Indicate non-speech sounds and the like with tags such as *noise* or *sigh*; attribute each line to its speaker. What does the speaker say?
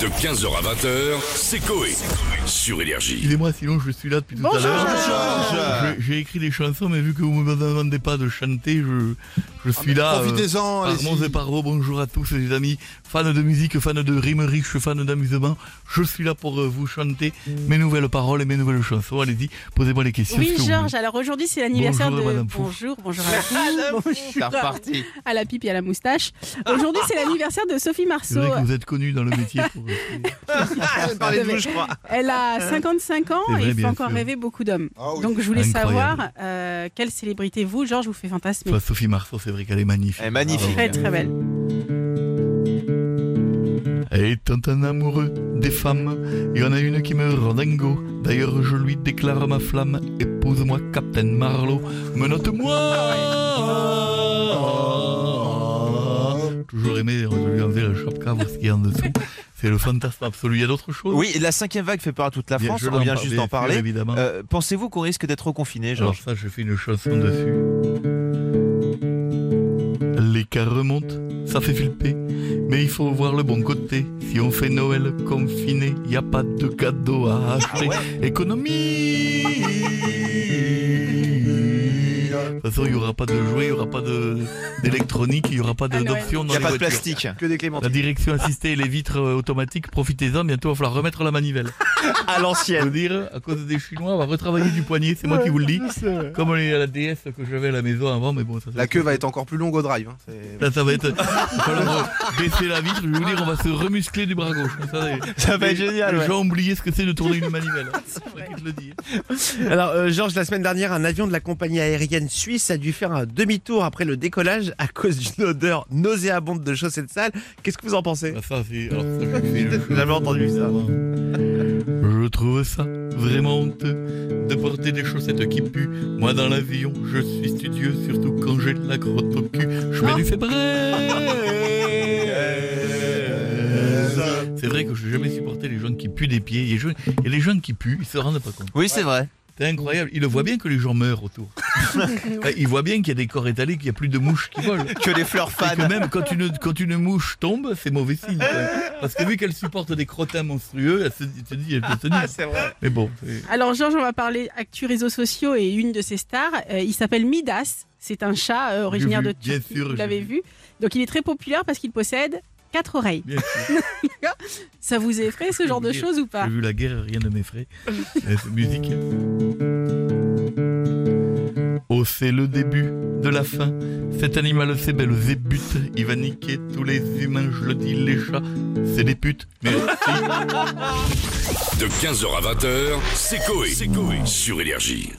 Speaker 1: De 15h à 20h, c'est Coé. Sur Énergie.
Speaker 2: Excusez-moi, sinon je suis là depuis tout à l'heure.
Speaker 3: Bonjour.
Speaker 2: Je- J'ai écrit des chansons, mais vu que vous me demandez pas de chanter, je, je suis là. euh,
Speaker 3: Ah, Profitez-en,
Speaker 2: par Mons et
Speaker 3: allez-y.
Speaker 2: par Vaux. bonjour à tous les amis, fans de musique, fans de rimes riches, fans d'amusement. Je suis là pour euh, vous chanter mes nouvelles paroles et mes nouvelles chansons. Allez-y, posez-moi les questions.
Speaker 4: Oui,
Speaker 2: ce que vous
Speaker 4: Georges, alors aujourd'hui c'est l'anniversaire
Speaker 2: Bonjour,
Speaker 4: de.
Speaker 2: Madame Pou.
Speaker 4: Bonjour,
Speaker 2: *laughs*
Speaker 4: bonjour à tous.
Speaker 3: C'est
Speaker 4: Bonjour à-
Speaker 3: reparti.
Speaker 4: à la pipe et à
Speaker 2: *laughs*
Speaker 4: la moustache. Aujourd'hui c'est l'anniversaire de Sophie
Speaker 2: voulez. C'est
Speaker 4: Marceau.
Speaker 2: vrai que vous êtes connu dans le métier. Pour... euh,
Speaker 4: *laughs*
Speaker 3: Ah, Je parlais de vous, je crois.
Speaker 4: Elle a 55 ans
Speaker 2: C'est
Speaker 4: et
Speaker 2: vrai,
Speaker 4: il faut
Speaker 2: bien
Speaker 4: encore
Speaker 2: sûr.
Speaker 4: rêver beaucoup d'hommes.
Speaker 3: Euh, Ah oui.
Speaker 4: Donc je voulais
Speaker 2: Incroyable.
Speaker 4: savoir euh, quelle célébrité vous, Georges, vous fait fantasmer.
Speaker 2: Enfin, Sophie Marceau, c'est vrai qu'elle est magnifique.
Speaker 3: Elle
Speaker 5: Eh,
Speaker 3: est magnifique.
Speaker 2: Ah,
Speaker 4: Très très belle.
Speaker 2: Étant un amoureux des femmes, il y en a une qui me rend dingo. D'ailleurs, je lui déclare ma flamme. Épouse-moi, Captain Marlowe. Menote-moi. Toujours aimé de lui enlever le chapka, voir ce qu'il y a en dessous. C'est le fantasme absolu. Il y a d'autres choses
Speaker 5: Oui, la cinquième vague fait peur à toute la France,
Speaker 2: Je
Speaker 5: on vient
Speaker 2: l'en-
Speaker 5: juste
Speaker 2: bien
Speaker 5: d'en
Speaker 2: sûr,
Speaker 5: parler.
Speaker 2: Évidemment.
Speaker 5: Euh, Pensez-vous qu'on risque d'être reconfiné,
Speaker 2: Alors
Speaker 5: Georges
Speaker 2: ça, je fais une chanson dessus. L'écart remonte, ça fait flipper, mais il faut voir le bon côté. Si on fait Noël confiné, y a pas de cadeau
Speaker 5: Ah
Speaker 2: à acheter. Économie De toute façon, il y aura pas de jouets, il y aura pas de- d'électronique, il y aura pas de-
Speaker 4: À Noël.
Speaker 2: d'options
Speaker 5: Il
Speaker 2: dans
Speaker 5: n'y a pas de
Speaker 2: les voitures. *laughs*
Speaker 5: plastique.
Speaker 3: Que des
Speaker 2: La
Speaker 3: clémentines.
Speaker 2: direction assistée et les vitres euh, automatiques, profitez-en, bientôt il va falloir remettre la manivelle.
Speaker 5: À
Speaker 2: Je *laughs*
Speaker 5: l'ancienne.
Speaker 2: veux dire, à cause des Chinois, on va retravailler du poignet, c'est moi qui vous le dis. Comme les, la DS que j'avais à la maison avant, mais bon, ça, c'est-
Speaker 3: La queue va être encore plus longue au drive. hein. C'est-
Speaker 2: Là, ça va être. il va falloir baisser la vitre, je vais vous dire, on va se remuscler du bras gauche. Ça, c'est-
Speaker 5: Ça va être génial.
Speaker 2: Les
Speaker 5: ouais.
Speaker 2: gens ont oublié ce que c'est de tourner une
Speaker 5: *laughs*
Speaker 2: manivelle. Je te le dis.
Speaker 6: Alors, euh, Georges, la semaine dernière, un avion de la compagnie aérienne suisse a dû faire un demi-tour après le décollage à cause d'une odeur nauséabonde de chaussettes sales. Qu'est-ce que vous en pensez
Speaker 2: Ah, ça, c'est. Alors, ça, je fais le-
Speaker 6: J'ai jamais entendu ça.
Speaker 2: Euh, Je trouve ça vraiment honteux de porter des chaussettes qui puent. Moi dans l'avion, je suis studieux, surtout quand j'ai de la crotte au cul. Je mets du fébraise. C'est vrai que je n'ai jamais supporté les jeunes qui puent des pieds. Et, jeunes- et les jeunes qui puent, ils se rendent pas compte.
Speaker 5: Oui, c'est vrai.
Speaker 2: C'est incroyable. Ils le voient bien que les gens meurent autour. Enfin, ils voient bien qu'il y a des corps étalés, qu'il n'y a plus de mouches qui volent.
Speaker 5: Que les fleurs
Speaker 2: Et que
Speaker 5: fanes.
Speaker 2: même quand une, quand une mouche tombe, c'est mauvais signe. quoi. Parce que vu qu'elle supporte des crottins monstrueux, elle se, elle se dit, elle peut se tenir.
Speaker 5: Ah, C'est vrai.
Speaker 2: Mais bon, c'est-
Speaker 4: Alors Georges, on va parler actu réseaux sociaux et une de ses stars. euh, il s'appelle Midas. C'est un chat euh, originaire
Speaker 2: vu,
Speaker 4: de
Speaker 2: bien
Speaker 4: Turquie.
Speaker 2: sûr,
Speaker 4: vous
Speaker 2: j'ai
Speaker 4: l'avez vu. Donc il est très populaire parce qu'il possède quatre oreilles.
Speaker 2: bien sûr.
Speaker 4: *laughs* Ça vous effraie ce genre de choses ou pas
Speaker 2: J'ai vu la guerre, rien ne m'effraie. Euh, c'est musique. Oh, c'est le début de la fin. Cet animal, c'est belle zébute. Il va niquer tous les humains, je le dis, les chats, c'est des putes. Mais
Speaker 1: De 15h à 20h, c'est Coé. Sur Énergie.